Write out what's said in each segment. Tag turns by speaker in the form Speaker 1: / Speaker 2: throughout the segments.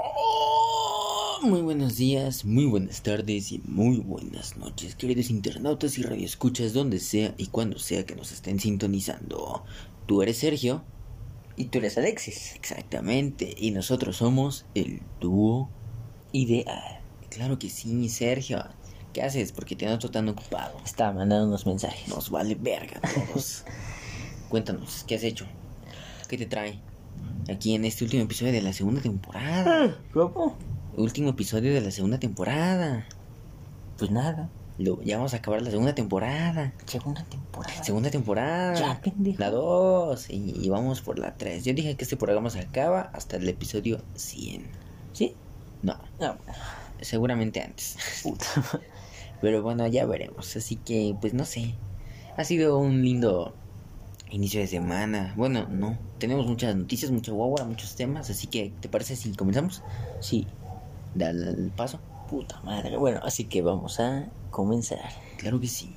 Speaker 1: Oh, muy buenos días, muy buenas tardes y muy buenas noches, queridos internautas y radioescuchas, donde sea y cuando sea que nos estén sintonizando. Tú eres Sergio.
Speaker 2: Y tú eres Alexis.
Speaker 1: Exactamente, y nosotros somos el dúo
Speaker 2: Ideal.
Speaker 1: Claro que sí, Sergio. ¿Qué haces? Porque te noto tan ocupado.
Speaker 2: Estaba mandando unos mensajes.
Speaker 1: Nos vale verga a todos. Cuéntanos, ¿qué has hecho? ¿Qué te trae? Aquí en este último episodio de la segunda temporada.
Speaker 2: ¿Cómo?
Speaker 1: Último episodio de la segunda temporada.
Speaker 2: Pues nada.
Speaker 1: Lo, ya vamos a acabar la segunda temporada.
Speaker 2: Segunda temporada.
Speaker 1: Segunda temporada.
Speaker 2: Ya, pendejo.
Speaker 1: La 2. Y, y vamos por la 3. Yo dije que este programa se acaba hasta el episodio 100.
Speaker 2: ¿Sí?
Speaker 1: No,
Speaker 2: No.
Speaker 1: seguramente antes.
Speaker 2: Puta.
Speaker 1: Pero bueno, ya veremos. Así que, pues no sé. Ha sido un lindo inicio de semana. Bueno, no. Tenemos muchas noticias, mucha guagua, muchos temas. Así que, ¿te parece si comenzamos?
Speaker 2: Sí.
Speaker 1: Dale el paso.
Speaker 2: Puta madre. Bueno, así que vamos a comenzar.
Speaker 1: Claro que sí.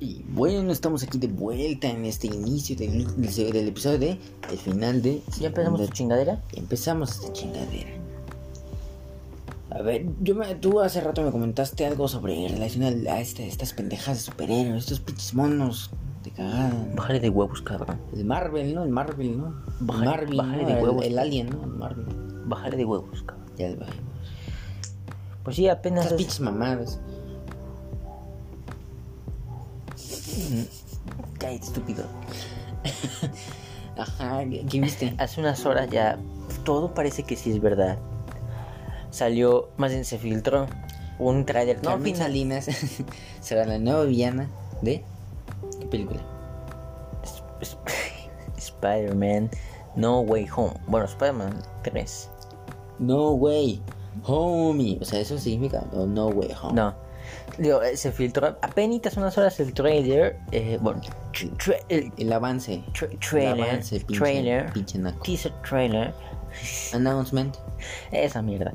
Speaker 1: Y bueno, estamos aquí de vuelta en este inicio del, del- del episodio de El final de...
Speaker 2: ¿Ya empezamos tu chingadera?
Speaker 1: Ya empezamos esta chingadera. A ver, yo me, tú hace rato me comentaste algo sobre relación al- a, este- estas pendejas de superhéroes, estos pinches monos de cagada.
Speaker 2: Bájale de huevos, cabrón.
Speaker 1: El Marvel, ¿no? El Marvel, ¿no? El
Speaker 2: Bájale-
Speaker 1: Marvel,
Speaker 2: bájale
Speaker 1: ¿no?
Speaker 2: de
Speaker 1: El-
Speaker 2: huevos.
Speaker 1: El, Alien, ¿no? El Marvel.
Speaker 2: Bájale de huevos, cabrón.
Speaker 1: Ya le bajé.
Speaker 2: Pues sí, apenas...
Speaker 1: Estas
Speaker 2: es-
Speaker 1: pinches mamadas.
Speaker 2: Cállate, estúpido.
Speaker 1: Ajá, ¿qué, qué viste?
Speaker 2: Hace unas horas ya todo parece que sí es verdad. Salió, más bien se filtró un tráiler.
Speaker 1: Carmen
Speaker 2: Carmen
Speaker 1: Salinas será la nueva villana de... ¿Qué película?
Speaker 2: Sp- Sp- Spider-Man No Way Home. Bueno, Spider-Man 3.
Speaker 1: No way, homie. O sea, eso significa no, no way, homie.
Speaker 2: No. Digo, eh, se filtró apenas unas horas el trailer. eh, bueno, tr- tra- el
Speaker 1: El avance.
Speaker 2: tr-
Speaker 1: El
Speaker 2: trailer.
Speaker 1: avance, pinche,
Speaker 2: trailer.
Speaker 1: pinche naco.
Speaker 2: Teaser trailer.
Speaker 1: Announcement.
Speaker 2: Esa mierda.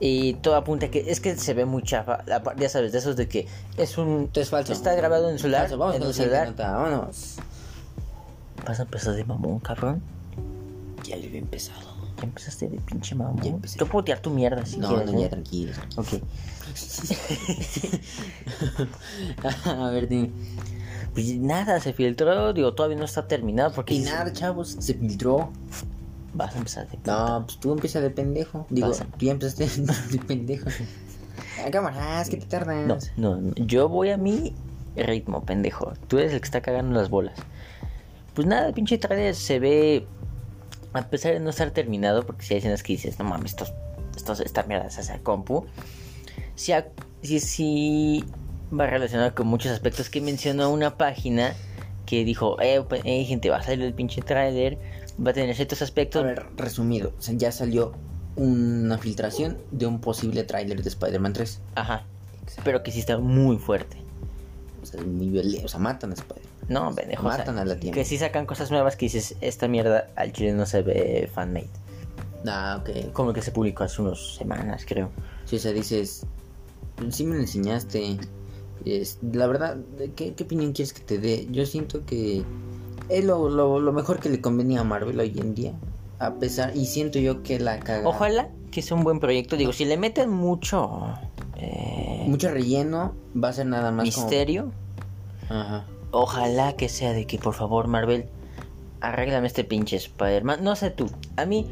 Speaker 2: Y todo apunta a que es que se ve muy chafa. la par- Ya sabes, de esos de que es un.
Speaker 1: Esto es falso.
Speaker 2: Está grabado en el celular.
Speaker 1: Falso, Vamos
Speaker 2: en
Speaker 1: con
Speaker 2: el
Speaker 1: la siguiente
Speaker 2: celular.
Speaker 1: nota. Vámonos.
Speaker 2: Vas a empezar de mamón, cabrón.
Speaker 1: Ya yo había empezado.
Speaker 2: Ya empezaste de pinche mamón.
Speaker 1: Ya empecé.
Speaker 2: Yo puedo tirar tu mierda si
Speaker 1: no,
Speaker 2: quieres.
Speaker 1: no,
Speaker 2: ¿eh?
Speaker 1: ya tranquilo.
Speaker 2: Ok.
Speaker 1: A ver, dime.
Speaker 2: Pues nada, se filtró, digo, todavía no está terminado porque...
Speaker 1: Y nada, chavos, se filtró.
Speaker 2: Vas a empezar de...
Speaker 1: No, pues tú empiezas de pendejo. Digo,
Speaker 2: Pasa.
Speaker 1: tú ya empezaste de pendejo. Ah, Cámaras, ¿qué te tardas?
Speaker 2: No, no, no, yo voy a mi ritmo, pendejo. Tú eres el que está cagando las bolas. Pues nada, el pinche trailer se ve... A pesar de no estar terminado, porque si hay escenas que dices, no mames, estos, estos, esta mierda se hace a compu. Si, a- si, si va relacionado con muchos aspectos que mencionó una página que dijo, eh, pe- eh, gente, va a salir el pinche trailer, va a tener ciertos
Speaker 1: A
Speaker 2: aspectos,
Speaker 1: ver, resumido, o sea, ya salió una filtración de un posible tráiler de Spider-Man 3.
Speaker 2: Ajá. Pero que sí está muy fuerte.
Speaker 1: O sea, es muy violento, o sea, matan a Spider-Man.
Speaker 2: No, pendejo. o sea,
Speaker 1: Matan a la tienda.
Speaker 2: Que sí sacan cosas nuevas que dices, esta mierda al chile no se ve fanmade.
Speaker 1: Ah, ok.
Speaker 2: Como el que se publicó hace unas semanas, creo.
Speaker 1: Sí, o sea, dices, "Mm, sí me lo enseñaste. Es- la verdad, ¿qué, qué opinión quieres que te dé? Yo siento que es lo, lo- lo mejor que le convenía a Marvel hoy en día. A pesar, y siento yo que la caga.
Speaker 2: Ojalá que sea un buen proyecto. Digo, si le meten mucho eh,
Speaker 1: Mucho relleno, va a ser nada más como-
Speaker 2: misterio,
Speaker 1: Ajá.
Speaker 2: ojalá que sea de que por favor, Marvel, arréglame este pinche Spider-Man. No sé tú, a mí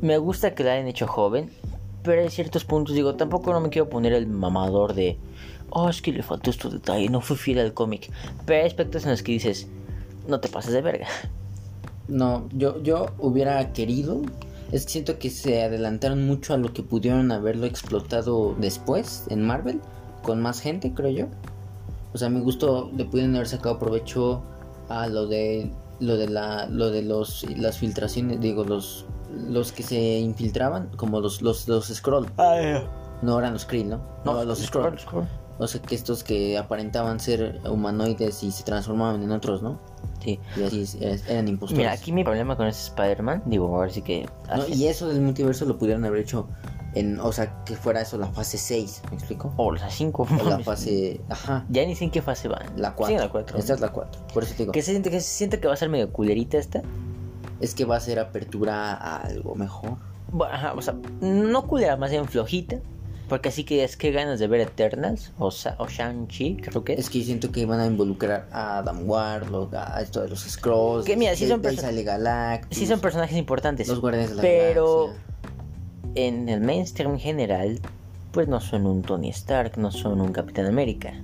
Speaker 2: me gusta que la hayan hecho joven, pero hay ciertos puntos, digo, tampoco no me quiero poner el mamador de, oh, es que le faltó este detalle, no fui fiel al cómic. Pero hay aspectos en los que dices, no te pases de verga.
Speaker 1: No, yo, yo hubiera querido. Es que siento que se adelantaron mucho a lo que pudieron haberlo explotado después en Marvel, con más gente, creo yo. O sea, me gustó, le pudieron haber sacado provecho a lo de lo de la lo de los las filtraciones, digo, los los que se infiltraban, como los los los scroll, no eran los Kree, ¿no? Ah, No, los scroll.
Speaker 2: scroll.
Speaker 1: O sea, que estos que aparentaban ser humanoides y se transformaban en otros, ¿no?
Speaker 2: Sí.
Speaker 1: Y así es- eran impostores.
Speaker 2: Mira, aquí mi problema con ese Spider-Man, digo, este ahora sí que...
Speaker 1: No, y eso del multiverso lo pudieran haber hecho en, o sea, que fuera eso la fase 6, ¿me explico?
Speaker 2: O la 5.
Speaker 1: O la fase, ajá,
Speaker 2: Ya ni sé en qué fase van.
Speaker 1: la
Speaker 2: Sí,
Speaker 1: 4.
Speaker 2: la 4.
Speaker 1: Esta es la 4. Por eso te digo,
Speaker 2: Que se siente que, se siente que va a ser medio culerita esta.
Speaker 1: es que va a ser apertura a algo mejor.
Speaker 2: Bueno, ajá, o sea, no culera, más bien flojita. Porque así que es que ganas de ver Eternals o, Sa- o Shang-Chi, creo que es.
Speaker 1: Es que yo siento que van a involucrar a Adam Warlock, a esto de los Scrolls.
Speaker 2: Que mira, sí son perso-
Speaker 1: sale Galactus.
Speaker 2: Sí son personajes importantes,
Speaker 1: Los Guardianes de la
Speaker 2: pero-
Speaker 1: Galaxia.
Speaker 2: en el mainstream general, pues no son un Tony Stark, no son un Capitán América,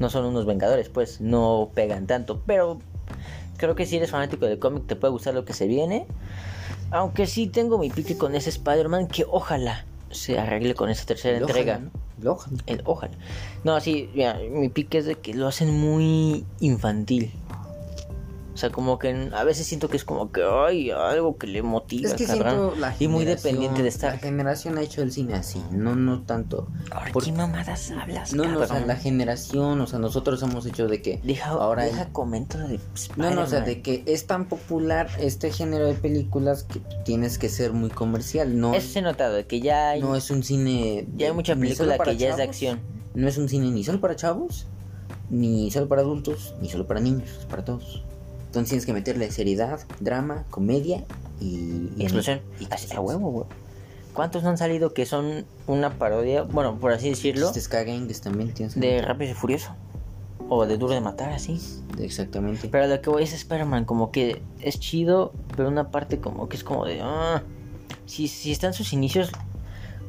Speaker 2: no son unos Vengadores, pues no pegan tanto. Pero creo que si eres fanático del cómic te puede gustar lo que se viene. Aunque sí tengo mi pique con ese Spider-Man que ojalá se arregle con esa tercera
Speaker 1: Lohan,
Speaker 2: entrega.
Speaker 1: ¿no? Lohan.
Speaker 2: El ojalá. No, sí, mira, mi pique es de que lo hacen muy infantil. O sea, como que en- a veces siento que es como que hay algo que le motiva.
Speaker 1: Es que
Speaker 2: cabrón.
Speaker 1: siento la
Speaker 2: y muy
Speaker 1: generación-
Speaker 2: dependiente de
Speaker 1: La
Speaker 2: estar.
Speaker 1: generación ha hecho el cine así, no no tanto.
Speaker 2: ¿Por,
Speaker 1: por-
Speaker 2: qué mamadas hablas?
Speaker 1: No, no, o sea,
Speaker 2: cabrón?
Speaker 1: la generación, o sea, nosotros hemos hecho de que
Speaker 2: Deja,
Speaker 1: ahora
Speaker 2: deja
Speaker 1: el-
Speaker 2: comento de
Speaker 1: No, no, o sea,
Speaker 2: Spider-Man.
Speaker 1: de que es tan popular este género de películas que tienes que ser muy comercial, no
Speaker 2: Eso se ha notado, de que ya hay,
Speaker 1: no es un cine
Speaker 2: ya hay mucha
Speaker 1: ni solo
Speaker 2: película
Speaker 1: para
Speaker 2: que ya es de
Speaker 1: chavos,
Speaker 2: acción.
Speaker 1: No es un cine ni solo para chavos, ni solo para adultos, ni solo para niños, es para todos. Entonces tienes que meterle seriedad, drama, comedia y
Speaker 2: Y explosión.
Speaker 1: y
Speaker 2: Así, a huevo, huevo. ¿Cuántos no han salido que son una parodia, bueno, por así decirlo,
Speaker 1: Chistes cagaengues también tienes que
Speaker 2: de Rápido y Furioso? O de Duro de Matar, así.
Speaker 1: Exactamente.
Speaker 2: Pero lo que voy es Spider-Man, como que es chido, pero una parte como que es como de... ah, si, si están sus inicios,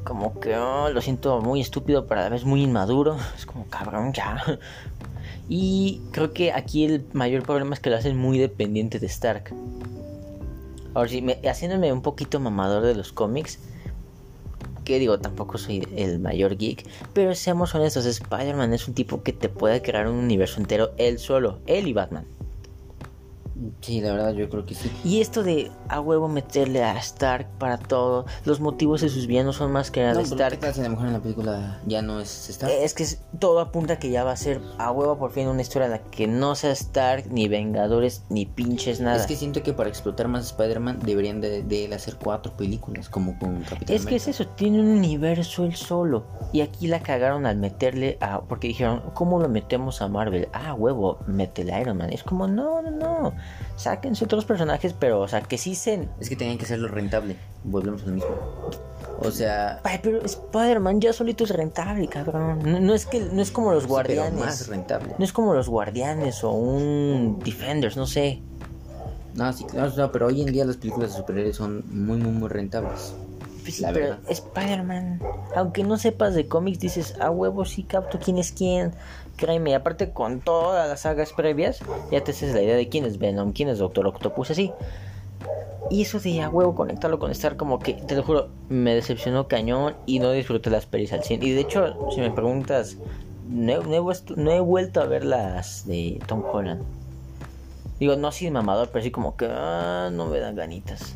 Speaker 2: como que ah, lo siento muy estúpido, pero a la vez muy inmaduro. Es como, cabrón, ya. Y creo que aquí el mayor problema es que lo hacen muy dependiente de Stark. Ahora sí, me- haciéndome un poquito mamador de los cómics, que digo, tampoco soy el mayor geek, pero seamos honestos, Spider-Man es un tipo que te puede crear un universo entero él solo, él y Batman.
Speaker 1: Sí, la verdad yo creo que sí.
Speaker 2: Y esto de a huevo meterle a Stark para todo, los motivos de sus villanos son más que nada
Speaker 1: No,
Speaker 2: de
Speaker 1: pero
Speaker 2: Stark.
Speaker 1: ¿qué tal si a lo mejor en la película ya no es Stark?
Speaker 2: Eh, Es que es- todo apunta que ya va a ser a huevo por fin una historia en la que no sea Stark, ni Vengadores, ni pinches nada.
Speaker 1: Es que siento que para explotar más Spider-Man deberían de, de él hacer cuatro películas, como con Capitán
Speaker 2: Es que es
Speaker 1: América.
Speaker 2: eso, tiene un universo él solo. Y aquí la cagaron al meterle a. Porque dijeron, ¿cómo lo metemos a Marvel? Ah, huevo, métele a Iron Man. Es como, no, no, no. Sáquense otros personajes, pero, o sea, que sí se.
Speaker 1: Es que tenían que hacerlo rentable. Volvemos al mismo. O sea,
Speaker 2: Ay, pero Spider-Man ya solito es rentable, cabrón. No, no es que no es como los
Speaker 1: sí,
Speaker 2: guardianes.
Speaker 1: pero más rentable.
Speaker 2: No es como los guardianes o un Defenders, no sé.
Speaker 1: No, sí, claro, no, pero hoy en día las películas de superhéroes son muy, muy, muy rentables.
Speaker 2: Pues sí,
Speaker 1: La
Speaker 2: pero
Speaker 1: verdad.
Speaker 2: Spider-Man. Aunque no sepas de cómics, dices, a huevo sí capto quién es quién. Créeme, aparte con todas las sagas previas, ya te haces la idea de quién es Venom, quién es Doctor Octopus, así. Y eso de a huevo conectarlo con estar como que, te lo juro, me decepcionó cañón y no disfruté las pelis al 100. Y de hecho, si me preguntas, no he, no he vuest- no he vuelto a ver las de Tom Holland. Digo, no así de mamador, pero así como que ah, no me dan ganitas.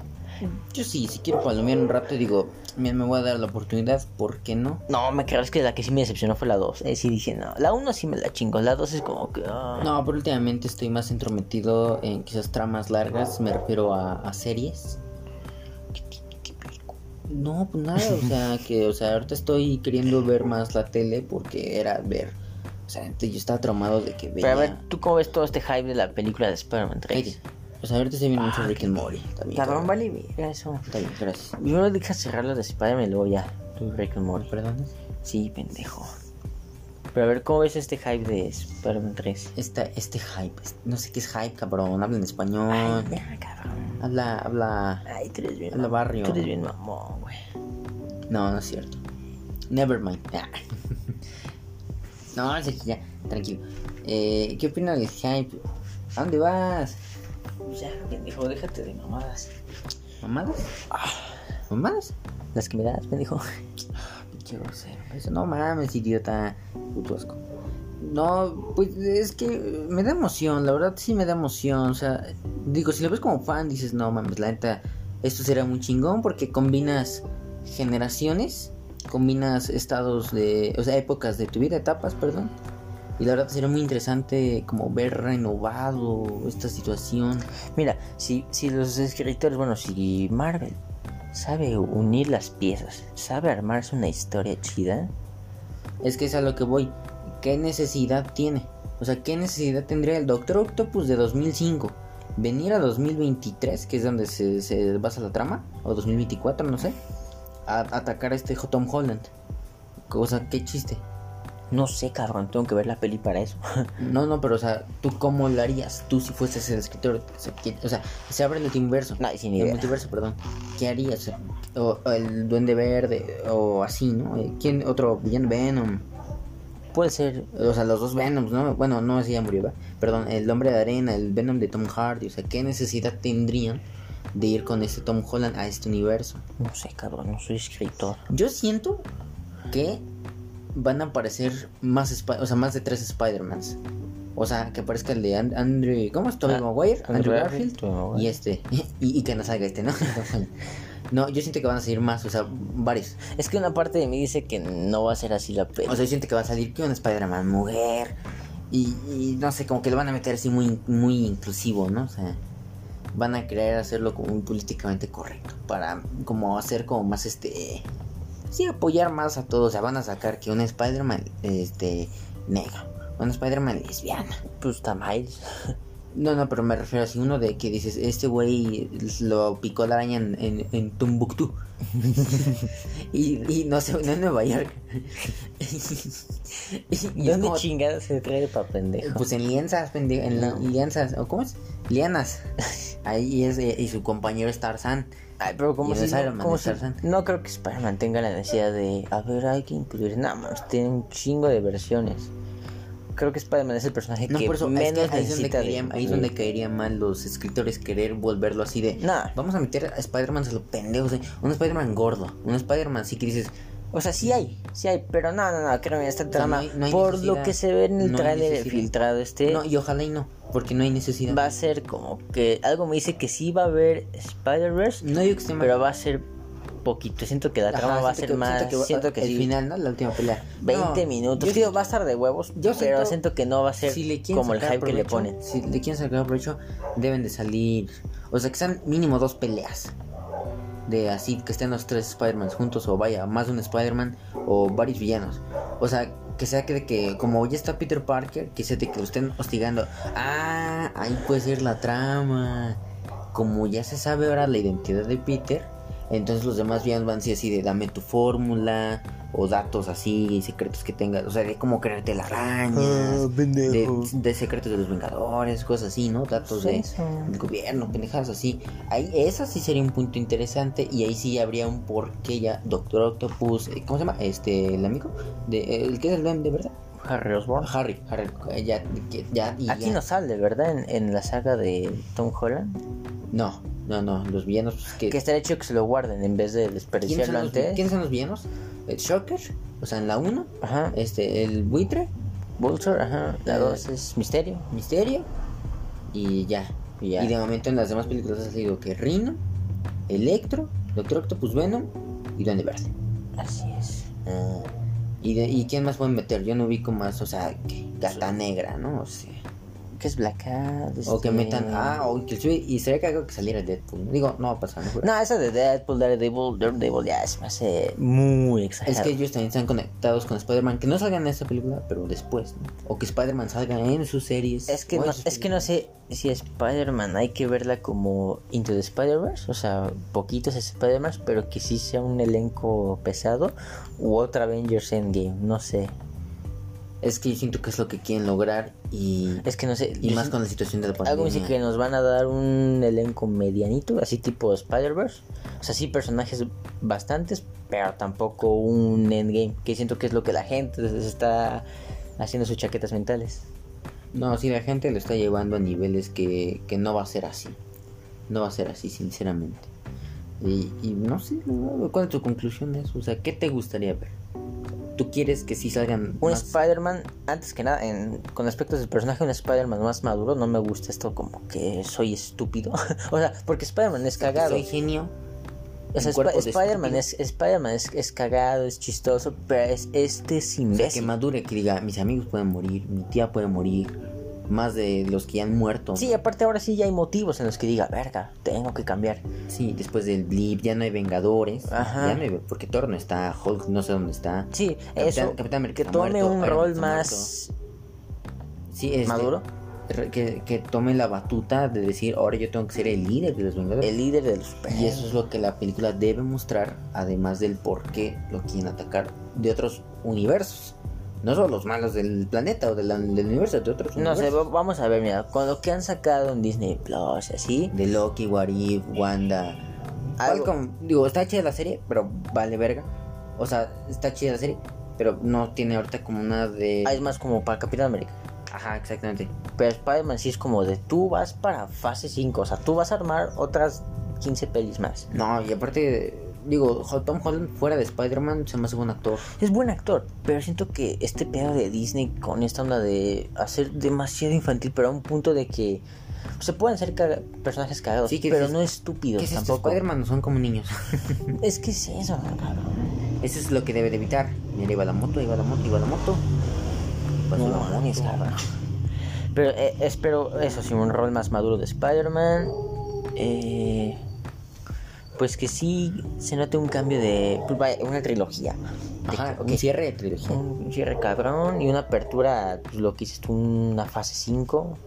Speaker 1: Yo sí, si quiero palomear un rato, digo, mira, me voy a dar la oportunidad, ¿por qué no?
Speaker 2: No, me creas que la que sí me decepcionó fue la 2. Eh, sí dije, no. La 1 sí me la chingo. La 2 es como que. ah.
Speaker 1: No, pero últimamente estoy más entrometido en quizás tramas largas, me refiero a, a series. No, pues nada, o sea, que, o sea, ahorita estoy queriendo ver más la tele porque era ver, o sea, antes yo estaba traumado de que
Speaker 2: Pero
Speaker 1: veía...
Speaker 2: a ver, ¿tú cómo ves todo este hype de la película de Spider-Man 3?
Speaker 1: Serie. O sea, ahorita se viene
Speaker 2: Ah,
Speaker 1: mucho Rick and Morty, está bien,
Speaker 2: Cabrón, vale, mira eso.
Speaker 1: Está bien, gracias.
Speaker 2: Primero deja cerrar lo de Spider-Man y luego ya. Tú, Rick and Morty.
Speaker 1: ¿Perdones?
Speaker 2: Sí, pendejo. Pero a ver, ¿cómo ves este hype de Spider-Man 3?
Speaker 1: Esta, este hype, es- no sé qué es hype, cabrón, habla en español,
Speaker 2: Ay, ya, cabrón.
Speaker 1: habla, habla...
Speaker 2: Ay, tú eres bien.
Speaker 1: Habla
Speaker 2: mamón.
Speaker 1: barrio.
Speaker 2: Tú eres bien mamón, güey.
Speaker 1: No, no es cierto. Nevermind. no, es aquí ya, tranquilo. Eh, ¿Qué opinas del hype? ¿A dónde vas?
Speaker 2: Ya, pendejo, déjate de mamadas.
Speaker 1: ¿Mamadas? ¿Mamadas?
Speaker 2: Las que me das, pendejo.
Speaker 1: Pinche grosero. Eso, no mames, idiota. Puto asco. No, pues es que eh, me da emoción, la verdad sí me da emoción. O sea, digo, si lo ves como fan, dices, no mames, la neta, esto será muy chingón porque combinas generaciones, combinas estados de, o sea, épocas de tu vida, etapas, perdón. Y la verdad sería muy interesante como ver renovado esta situación.
Speaker 2: Mira, si, si los escritores, bueno, si Marvel sabe unir las piezas, sabe armarse una historia chida.
Speaker 1: Es que es a lo que voy. ¿Qué necesidad tiene? O sea, ¿qué necesidad tendría el Doctor Octopus de 2005? Venir a 2023, que es donde se, se basa la trama, o 2024, no sé, a atacar a este Tom Holland. O sea, qué chiste.
Speaker 2: No sé, cabrón, tengo que ver la peli para eso.
Speaker 1: No, no, pero o sea, ¿tú cómo lo harías? Tú si fueses el escritor, o sea, que- o sea, se abre el multiverso.
Speaker 2: No, sin
Speaker 1: El
Speaker 2: idea.
Speaker 1: multiverso, perdón. ¿Qué harías? O, o el Duende Verde, o así, ¿no? Eh, ¿Quién otro villano? Venom.
Speaker 2: Puede ser.
Speaker 1: O sea, los dos Venoms, ¿no? Bueno, no, ese ya murió, ¿verdad? Perdón, el Hombre de Arena, el Venom de Tom Hardy. O sea, ¿qué necesidad tendrían de ir con este Tom Holland a este universo?
Speaker 2: No sé, cabrón, no soy escritor.
Speaker 1: Yo siento que van a aparecer más, Spi- o sea, más de tres Spider-Mans. O sea, que aparezca el de And- Andrew, ¿cómo es? Tobey
Speaker 2: Ah,
Speaker 1: Maguire,
Speaker 2: Andrew
Speaker 1: Andrew
Speaker 2: Garfield,
Speaker 1: Garfield
Speaker 2: Tobey Maguire.
Speaker 1: y este. Y, y que no salga este, ¿no? no, yo siento que van a salir más, o sea, varios.
Speaker 2: Es que una parte de mí dice que no va a ser así la peli.
Speaker 1: O sea, yo siento que va a salir que un Spider-Man mujer. Y, y no sé, como que lo van a meter así muy, muy inclusivo, ¿no? O sea, van a querer hacerlo como muy políticamente correcto. Para como hacer como más este. Sí, apoyar más a todos. O sea, van a sacar que un Spider-Man este, negro. Un Spider-Man lesbiana.
Speaker 2: pues está Miles.
Speaker 1: No, no, pero me refiero así uno de que dices, este güey lo picó la araña en, en, en Tumbuctú. y, y no sé, no en Nueva York. y, y es
Speaker 2: ¿Dónde
Speaker 1: como,
Speaker 2: chingadas se trae para pendejo?
Speaker 1: pues en lienzas, pendejo, en la-
Speaker 2: No.
Speaker 1: lienzas, ¿o cómo es? Lianas. Ahí es, eh, y su compañero es Tarzán.
Speaker 2: Ay, pero como
Speaker 1: y
Speaker 2: si,
Speaker 1: es Iron
Speaker 2: no,
Speaker 1: Man,
Speaker 2: como
Speaker 1: es
Speaker 2: si-
Speaker 1: Tarzán.
Speaker 2: no creo que Spider-Man tenga la necesidad de, a ver, hay que incluir, nada más, tiene un chingo de versiones. Creo que Spider-Man es el personaje
Speaker 1: No,
Speaker 2: que
Speaker 1: por eso, es que
Speaker 2: menos
Speaker 1: ahí es donde
Speaker 2: necesita
Speaker 1: caería-
Speaker 2: de... Mm.
Speaker 1: ahí es donde caerían mal los escritores querer volverlo así de...
Speaker 2: Nah.
Speaker 1: Vamos a meter a Spider-Man a los pendejos, eh, un Spider-Man gordo, un Spider-Man así que dices,
Speaker 2: O sea, sí hay, sí hay, pero no, no, no, créeme, esta
Speaker 1: sea,
Speaker 2: trama,
Speaker 1: no hay- no hay
Speaker 2: por
Speaker 1: necesidad.
Speaker 2: lo que se ve en el
Speaker 1: No hay
Speaker 2: trailer
Speaker 1: necesidad.
Speaker 2: filtrado este,
Speaker 1: No, y ojalá y no, porque no hay necesidad.
Speaker 2: va a ser como que algo me dice que sí va a haber Spider-Verse,
Speaker 1: No digo que esté mal.
Speaker 2: pero va a ser poquito. Siento que la
Speaker 1: Ajá,
Speaker 2: trama va a ser
Speaker 1: siento que-
Speaker 2: más,
Speaker 1: va-
Speaker 2: siento que
Speaker 1: el
Speaker 2: sí.
Speaker 1: final, ¿no? La última pelea.
Speaker 2: 20
Speaker 1: No,
Speaker 2: minutos.
Speaker 1: yo
Speaker 2: Digo, va a estar de huevos,
Speaker 1: yo
Speaker 2: pero
Speaker 1: siento-
Speaker 2: siento que no va a ser
Speaker 1: si le quieren
Speaker 2: como el
Speaker 1: sacar
Speaker 2: hype que le
Speaker 1: provecho,
Speaker 2: ponen.
Speaker 1: Si le quieren sacar provecho, deben de salir. O sea, que sean mínimo dos peleas. De así, que estén los tres Spider-Man juntos, o vaya, más de un Spider-Man, o varios villanos. O sea, que sea que, de que como ya está Peter Parker, que sea de que lo estén hostigando. Ah, ahí puede ser la trama. Como ya se sabe ahora la identidad de Peter, entonces los demás villanos van a decir así de dame tu fórmula, o datos así, secretos que tengas. O sea, de cómo creerte la araña de, de secretos de los Vengadores, cosas así, ¿no? Datos de,
Speaker 2: Eso.
Speaker 1: del gobierno, pendejadas así. Ahí, esa sí sería un punto interesante y ahí sí habría un porqué ya. Doctor Octopus, eh, ¿cómo se llama? Este, el amigo, de, eh, el que es el duende, ¿verdad?
Speaker 2: Harry Osborn.
Speaker 1: Harry, Harry, eh, ya, que- ya, y
Speaker 2: Aquí
Speaker 1: ya.
Speaker 2: no sale, ¿verdad? En, en la saga de Tom Holland.
Speaker 1: No, no, no, los villanos pues, que...
Speaker 2: Que estaría hecho que se lo guarden en vez de
Speaker 1: ¿quiénes,
Speaker 2: desperdiciarlo
Speaker 1: son los,
Speaker 2: antes.
Speaker 1: quiénes son los villanos? El Shocker, o sea, en la 1,
Speaker 2: Ajá.
Speaker 1: este, el buitre,
Speaker 2: Vulture, ajá. La
Speaker 1: Eh,
Speaker 2: 2 es Misterio.
Speaker 1: Misterio y ya.
Speaker 2: Y ya.
Speaker 1: Y de momento en las demás películas ha salido que Rino, Electro, Doctor Octopus Venom y Duende Verde.
Speaker 2: Así es.
Speaker 1: Ah, ¿y, de- ¿Y quién más pueden meter? Yo no ubico más, o sea, que Gata Negra, ¿no? O, sea,
Speaker 2: Que es Black Cat,
Speaker 1: o que
Speaker 2: este-
Speaker 1: metan. Ah, o inclusive. Y sería cagado que saliera Deadpool. Digo, no va a pasar, ¿no?
Speaker 2: No, esa de Deadpool, Daredevil, Daredevil ya se me hace muy
Speaker 1: Es
Speaker 2: exagerado.
Speaker 1: que ellos también están conectados con Spider-Man. Que no salgan en esta película, pero después, ¿no? O que Spider-Man salga en sus series.
Speaker 2: Es que,
Speaker 1: o en
Speaker 2: no,
Speaker 1: sus
Speaker 2: es que no sé si Spider-Man hay que verla como Into the Spider-Verse, o sea, poquitos Spider-Man, pero que sí sea un elenco pesado, u otra Avengers Endgame, no sé.
Speaker 1: películas. Es que yo siento que es lo que quieren lograr. Y,
Speaker 2: Es que no sé.
Speaker 1: y
Speaker 2: yo
Speaker 1: más
Speaker 2: siento-
Speaker 1: con la situación de la pandemia.
Speaker 2: Algo me dice que nos van a dar un elenco medianito, así tipo Spider-Verse. O sea, sí, personajes bastantes, pero tampoco un endgame, que siento que es lo que la gente se está haciendo sus chaquetas mentales.
Speaker 1: No, sí, la gente lo está llevando a niveles que, que no va a ser así. No va a ser así, sinceramente. Y, y no sé, la verdad, ¿cuál es tu conclusión de eso? O sea, ¿qué te gustaría ver? ¿Tú quieres que sí salgan
Speaker 2: Un
Speaker 1: más?
Speaker 2: Spider-Man, antes que nada, en- con aspectos del personaje, un Spider-Man más maduro, no me gusta esto como que soy estúpido. o sea, porque Spider-Man es cagado.
Speaker 1: Soy genio.
Speaker 2: O sea,
Speaker 1: un cuerpo
Speaker 2: Sp-
Speaker 1: de este
Speaker 2: Spider-Man es,
Speaker 1: estúpido.
Speaker 2: Spider es, es cagado, es chistoso, pero es este sin
Speaker 1: O sea, que madure, que diga, mis amigos pueden morir, mi tía puede morir, Más de los que ya han muerto.
Speaker 2: Sí, aparte ahora sí ya hay motivos en los que diga, verga, tengo que cambiar.
Speaker 1: Sí, después del blip ya no hay Vengadores.
Speaker 2: Ajá.
Speaker 1: Ya no hay, porque Thor no está, Hulk no sé dónde está.
Speaker 2: Sí,
Speaker 1: Capitán-
Speaker 2: eso.
Speaker 1: Capitán América
Speaker 2: que
Speaker 1: está
Speaker 2: tome
Speaker 1: muerto,
Speaker 2: un
Speaker 1: Iron Man
Speaker 2: rol
Speaker 1: está
Speaker 2: más
Speaker 1: Sí, este,
Speaker 2: maduro.
Speaker 1: re- Que, que tome la batuta de decir, ahora yo tengo que ser el líder de los Vengadores.
Speaker 2: El líder de los superhéroes.
Speaker 1: Y eso es lo que la película debe mostrar, además del por qué lo quieren atacar de otros universos. No solo los malos del planeta o del, del universo, de otros
Speaker 2: No sé, va-
Speaker 1: universos.
Speaker 2: vamos a ver, mira, con lo que han sacado en Disney Plus, así.
Speaker 1: De Loki, Warif, Wanda.
Speaker 2: Algo-
Speaker 1: Falcon, digo, está chida la serie, pero vale verga. O sea, está chida la serie, pero no tiene ahorita como nada de...
Speaker 2: ah, Es más como para Capitán América.
Speaker 1: Ajá, exactamente.
Speaker 2: Pero Spider-Man sí es como de tú vas para fase 5, o sea, tú vas a armar otras 15 pelis más.
Speaker 1: No, y aparte, digo, Ho- Tom Holland fuera de Spider-Man se me hace buen actor.
Speaker 2: Es buen actor, pero siento que este pedo de Disney con esta onda de hacer demasiado infantil, pero a un punto de que se pueden ser caga- personajes cagados,
Speaker 1: Sí, que
Speaker 2: pero
Speaker 1: es-
Speaker 2: no
Speaker 1: ¿Qué
Speaker 2: estúpidos
Speaker 1: es esto?
Speaker 2: tampoco.
Speaker 1: Spider-Man no son como niños.
Speaker 2: es que es eso, cabrón.
Speaker 1: Eso es lo que debe de evitar. Mira, iba la moto, iba la moto, iba la moto. pues, Pasó
Speaker 2: No
Speaker 1: la
Speaker 2: Pues mames,
Speaker 1: moto.
Speaker 2: cabrón. Pero eh, espero eso, sí, un rol más maduro de Spider-Man. Eh, pues que sí se note un cambio de. pues vaya, una trilogía. De
Speaker 1: Ajá,
Speaker 2: que-
Speaker 1: un cierre de trilogía.
Speaker 2: un cierre cabrón y una apertura, pues lo que hiciste una fase 5.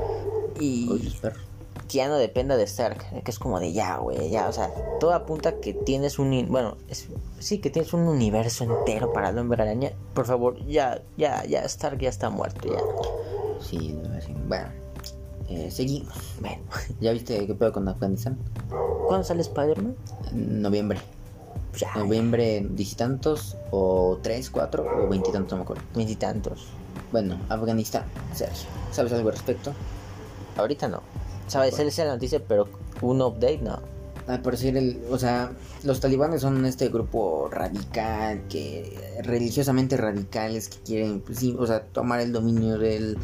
Speaker 1: Oye,
Speaker 2: Y
Speaker 1: los perros.
Speaker 2: que ya no dependa de Stark, que es como de ya, güey, ya, o sea, todo apunta que tienes un. in- Bueno, es- sí, que tienes un universo entero para el hombre araña. Por favor, ya, ya, ya, Stark ya está muerto, ya.
Speaker 1: Sí, lo voy a decir. Bueno, eh, seguimos.
Speaker 2: Bueno,
Speaker 1: ¿Ya viste qué pedo con Afganistán?
Speaker 2: ¿cuándo sale Spider-Man?
Speaker 1: En Noviembre.
Speaker 2: Pues ya,
Speaker 1: Noviembre, veintitantos, o tres, cuatro, o veintitantos, no me acuerdo.
Speaker 2: veintitantos.
Speaker 1: Bueno, Afganistán, Sergio, ¿sabes algo al respecto?
Speaker 2: Ahorita no. Sabes, él es la noticia, pero un update no.
Speaker 1: Ah, por decir el, o sea, los talibanes son este grupo radical, que religiosamente radicales, que quieren, pues, sí, o sea, tomar el dominio del,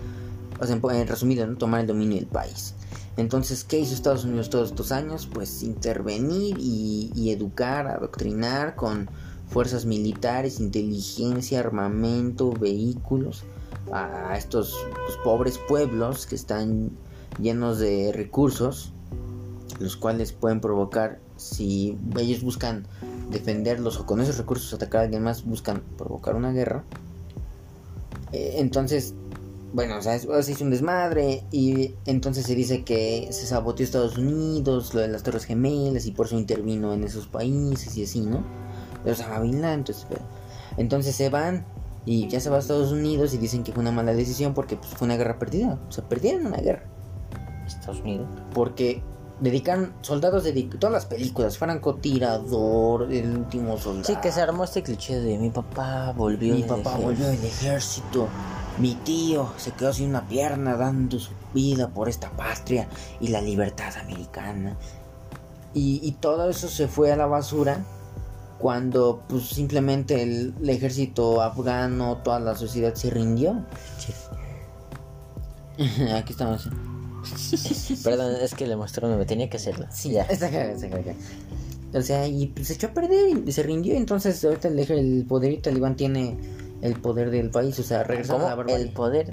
Speaker 1: o sea, en, po- en resumido, ¿no? tomar el dominio del país. Entonces, ¿qué hizo Estados Unidos todos estos años? Pues intervenir y, y educar, adoctrinar con fuerzas militares, inteligencia, armamento, vehículos a, a estos pues, pobres pueblos que están llenos de recursos los cuales pueden provocar si ellos buscan defenderlos o con esos recursos atacar a alguien más buscan provocar una guerra Eh, entonces bueno o sea es- se hizo un desmadre y entonces se dice que se saboteó Estados Unidos lo de las Torres Gemelas y por eso intervino en esos países y así no los Amavila entonces pero- entonces se van y ya se va a Estados Unidos y dicen que fue una mala decisión porque pues, fue una guerra perdida se perdieron una guerra
Speaker 2: Estados Unidos.
Speaker 1: porque dedican soldados de todas las películas, francotirador, el último soldado.
Speaker 2: Sí, que se armó este cliché de mi papá volvió.
Speaker 1: Mi
Speaker 2: del
Speaker 1: papá
Speaker 2: ejército".
Speaker 1: volvió del ejército. Mi tío se quedó sin una pierna dando su vida por esta patria y la libertad americana. Y, y todo eso se fue a la basura cuando pues simplemente el, el ejército afgano, toda la sociedad se rindió.
Speaker 2: Sí.
Speaker 1: Aquí estamos.
Speaker 2: Perdón, es que le mostré me tenía que hacerlo.
Speaker 1: Sí, ya, está cagada, está cagada. O sea, y pues, se echó a perder y se rindió. Entonces, ahorita el, eje- el poder talibán tiene el poder del país. O sea, regresó
Speaker 2: ¿Cómo?
Speaker 1: a la barbarie.
Speaker 2: El poder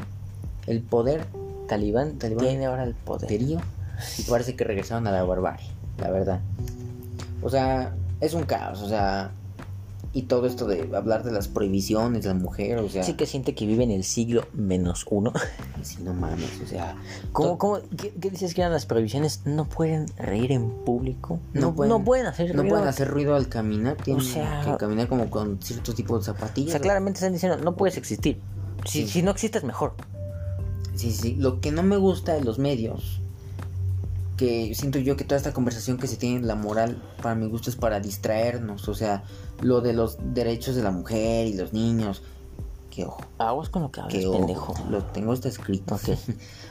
Speaker 1: El, poder
Speaker 2: talibán,
Speaker 1: Talibán.
Speaker 2: tiene ahora el poder.
Speaker 1: terío. Y parece que regresaron a la barbarie, la verdad. O sea, es un caos. O sea, y todo esto de hablar de las prohibiciones, la mujer, o sea,
Speaker 2: Sí que siente que vive en el siglo menos uno.
Speaker 1: sí, no mames, o sea,
Speaker 2: ¿Cómo, cómo, qué, qué dices que eran las prohibiciones? No pueden reír en público.
Speaker 1: No
Speaker 2: No, no
Speaker 1: pueden-
Speaker 2: pueden, hacer
Speaker 1: no
Speaker 2: ruido.
Speaker 1: pueden hacer ruido al caminar, tienen
Speaker 2: sea-
Speaker 1: que caminar como con cierto tipo de
Speaker 2: O
Speaker 1: zapatillas.
Speaker 2: sea, claramente están diciendo, no puedes existir. Si,
Speaker 1: Sí.
Speaker 2: si no existes, mejor.
Speaker 1: Sí, sí, lo que no me gusta de los medios, que siento yo que toda esta conversación que se tiene en la moral, para mi gusto es para distraernos, o sea, lo de los derechos de la mujer y los niños, que ojo,
Speaker 2: Aguas con lo que hablas,
Speaker 1: que ojo,
Speaker 2: pendejo.
Speaker 1: lo tengo hasta escrito,
Speaker 2: Ok.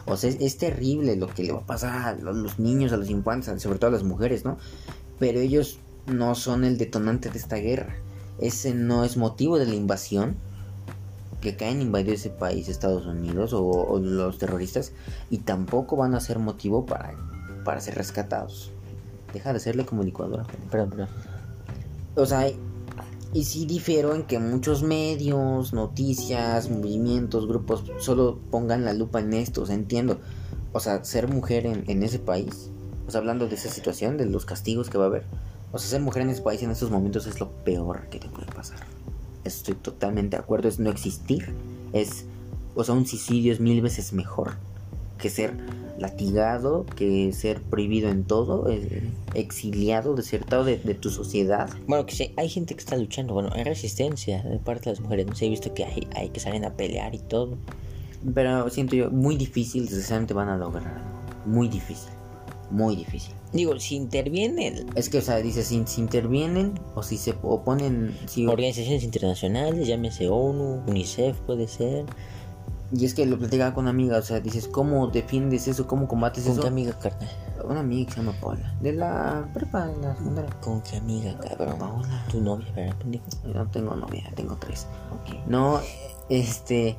Speaker 1: o sea, es, es terrible lo que le va a pasar a lo- los niños, a los infantes, sobre todo a las mujeres, ¿no? Pero ellos no son el detonante de esta guerra, ese no es motivo de la invasión. Que caen invadió ese país, Estados Unidos o- o los terroristas, y tampoco van a ser motivo para, para ser rescatados. Deja de hacerle como licuadora.
Speaker 2: Perdón, perdón.
Speaker 1: O sea, Y sí difiero en que muchos medios, noticias, movimientos, grupos solo pongan la lupa en estos, entiendo. O sea, ser mujer en, en ese país, o sea, hablando de esa situación, de los castigos que va a haber, o sea, ser mujer en ese país en estos momentos es lo peor que te puede pasar. Estoy totalmente de acuerdo, es no existir, es, o sea, un suicidio es mil veces mejor que ser latigado, que ser prohibido en todo, eh, exiliado, desertado de, de tu sociedad.
Speaker 2: Bueno, que sí, hay gente que está luchando, bueno, hay resistencia de parte de las mujeres, no sé, he visto que hay, hay que salen a pelear y todo.
Speaker 1: Pero siento yo, muy difícil, necesariamente van a lograr. Muy difícil, muy difícil.
Speaker 2: Digo, si intervienen
Speaker 1: Es que, o sea, dice, si, si intervienen o si se oponen... Si,
Speaker 2: organizaciones internacionales, llámese ONU, UNICEF puede ser,
Speaker 1: y es que lo platicaba con una amiga, o sea, dices, ¿cómo defiendes eso? ¿Cómo combates
Speaker 2: con
Speaker 1: eso?
Speaker 2: qué amiga, carnal,
Speaker 1: Una amiga que se llama Paula, de la prepa, de la secundaria.
Speaker 2: con qué amiga, cabrón,
Speaker 1: Paola.
Speaker 2: tu novia, ¿verdad, pendejo?
Speaker 1: No tengo novia, tengo tres.
Speaker 2: Ok.
Speaker 1: No, este.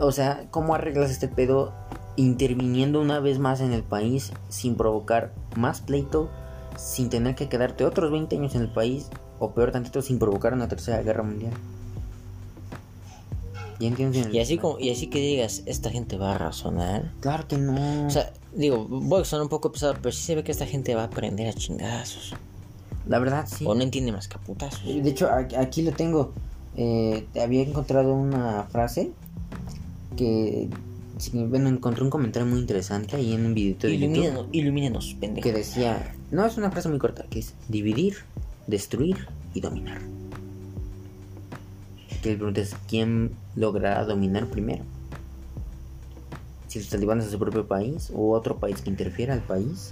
Speaker 1: O sea, ¿cómo arreglas este pedo interviniendo una vez más en el país sin provocar más pleito, sin tener que quedarte otros 20 años en el país, o peor tantito, sin provocar una tercera guerra mundial? ¿Ya entiendes?
Speaker 2: Y así, como, y así que digas, esta gente va a razonar.
Speaker 1: Claro que no.
Speaker 2: O sea, digo, voy a sonar un poco pesado, pero sí se ve que esta gente va a aprender a chingazos.
Speaker 1: la verdad sí.
Speaker 2: O no entiende más que a putazos.
Speaker 1: De hecho, a- aquí lo tengo. Eh, había encontrado una frase que. sí, Bueno, encontré un comentario muy interesante ahí en un videito de YouTube
Speaker 2: Ilumínenos, ilumínenos, pendejo.
Speaker 1: que decía. No, es una frase muy corta, que es dividir, destruir y dominar. Que le preguntas quién logrará dominar primero. Si los talibanes a su propio país o otro país que interfiera al país.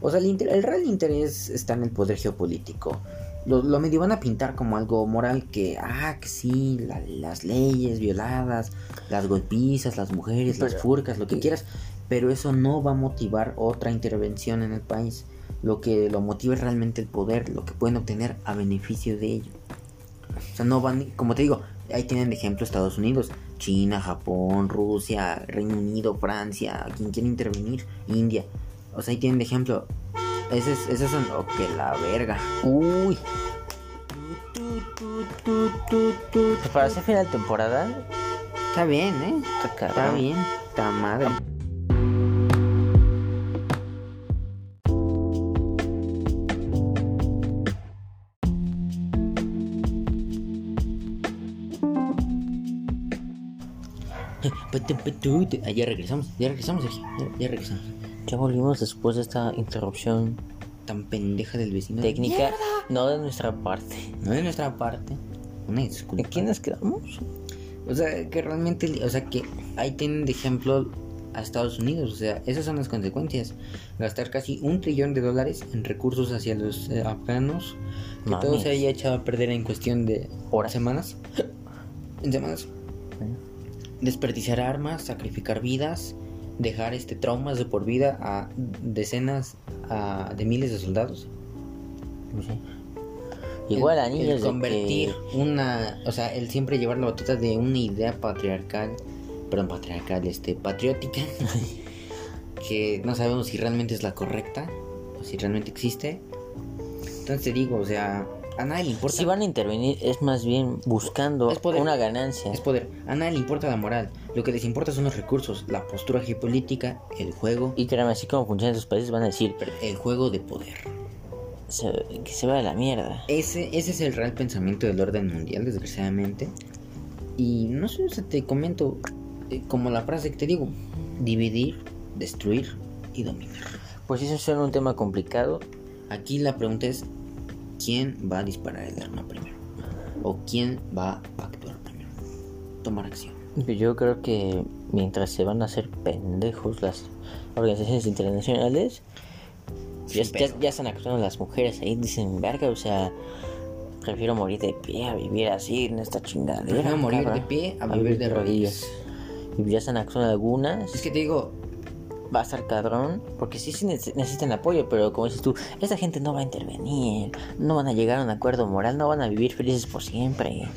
Speaker 1: O sea, el, inter- el real interés está en el poder geopolítico. Lo, lo medio van a pintar como algo moral que, ah, que sí, la- las leyes violadas, las golpizas, las mujeres, las
Speaker 2: Pero-
Speaker 1: furcas, lo que quieras. Pero eso no va a motivar otra intervención en el país. Lo que lo motiva es realmente el poder, lo que pueden obtener a beneficio de ello. O sea, no van, como te digo, ahí tienen de ejemplo Estados Unidos, China, Japón, Rusia, Reino Unido, Francia, quien quiere intervenir, India. O sea, ahí tienen de ejemplo. Ese es, ese es un- oh, que la verga.
Speaker 2: Uy. Pues Para hacer final de temporada,
Speaker 1: Está bien, ¿eh?
Speaker 2: está
Speaker 1: Está
Speaker 2: cabrón.
Speaker 1: bien. Está madre.
Speaker 2: Patum, patum, tu- Ah, ya regresamos, ya regresamos, Sergio. Ya, ya regresamos. Ya volvimos después de esta interrupción
Speaker 1: Tan pendeja del vecino.
Speaker 2: técnica, no de nuestra parte.
Speaker 1: No de nuestra parte. Una disculpa.
Speaker 2: ¿De quién nos quedamos?
Speaker 1: O sea, que realmente, o sea, que ahí tienen de ejemplo a Estados Unidos, o sea, esas son las consecuencias. Gastar casi un trillón de dólares en recursos hacia los eh, afganos, que todo
Speaker 2: Mames.
Speaker 1: se haya echado a perder en cuestión de
Speaker 2: Horas.
Speaker 1: semanas. en semanas. Desperdiciar armas, sacrificar vidas, dejar este traumas de por vida a decenas a- de miles de soldados.
Speaker 2: Igual
Speaker 1: El-
Speaker 2: a niños
Speaker 1: el
Speaker 2: de
Speaker 1: convertir
Speaker 2: que-
Speaker 1: una, o sea, el siempre llevar la batuta de una idea patriarcal, perdón, patriarcal, este, patriótica, que no sabemos si realmente es la correcta o si realmente existe. Entonces te digo, o sea, a nadie le importa.
Speaker 2: si van a intervenir es más bien buscando
Speaker 1: Es poder.
Speaker 2: una ganancia.
Speaker 1: Es poder. A nadie le importa la moral. Lo que les importa son los recursos, la postura geopolítica, el juego,
Speaker 2: Y créanme, así como funcionan esos países, van a decir
Speaker 1: el juego de poder.
Speaker 2: "Se- que se vaya a la mierda.
Speaker 1: Ese, ese es el real pensamiento del orden mundial, desgraciadamente. Y no sé, o sea, te comento, eh, como la frase que te digo, dividir, destruir y dominar.
Speaker 2: Pues eso suena un tema complicado.
Speaker 1: Aquí la pregunta es, ¿quién va a disparar el arma primero? ¿O quién va a actuar primero? Tomar acción.
Speaker 2: Yo creo que mientras se van a hacer pendejos las organizaciones internacionales, ya,
Speaker 1: Sin
Speaker 2: ya-
Speaker 1: pedo.
Speaker 2: ya están actuando las mujeres ahí, dicen, verga, o sea, prefiero morir de pie a vivir así en esta chingadera.
Speaker 1: Prefiero morir
Speaker 2: cabrón,
Speaker 1: de pie a vivir de rodillas.
Speaker 2: Y ya están actuando algunas.
Speaker 1: Es que te digo,
Speaker 2: va a estar cabrón, porque sí, sí neces- necesitan apoyo, pero como dices tú, esta gente no va a intervenir, no van a llegar a un acuerdo moral, no van a vivir felices por siempre.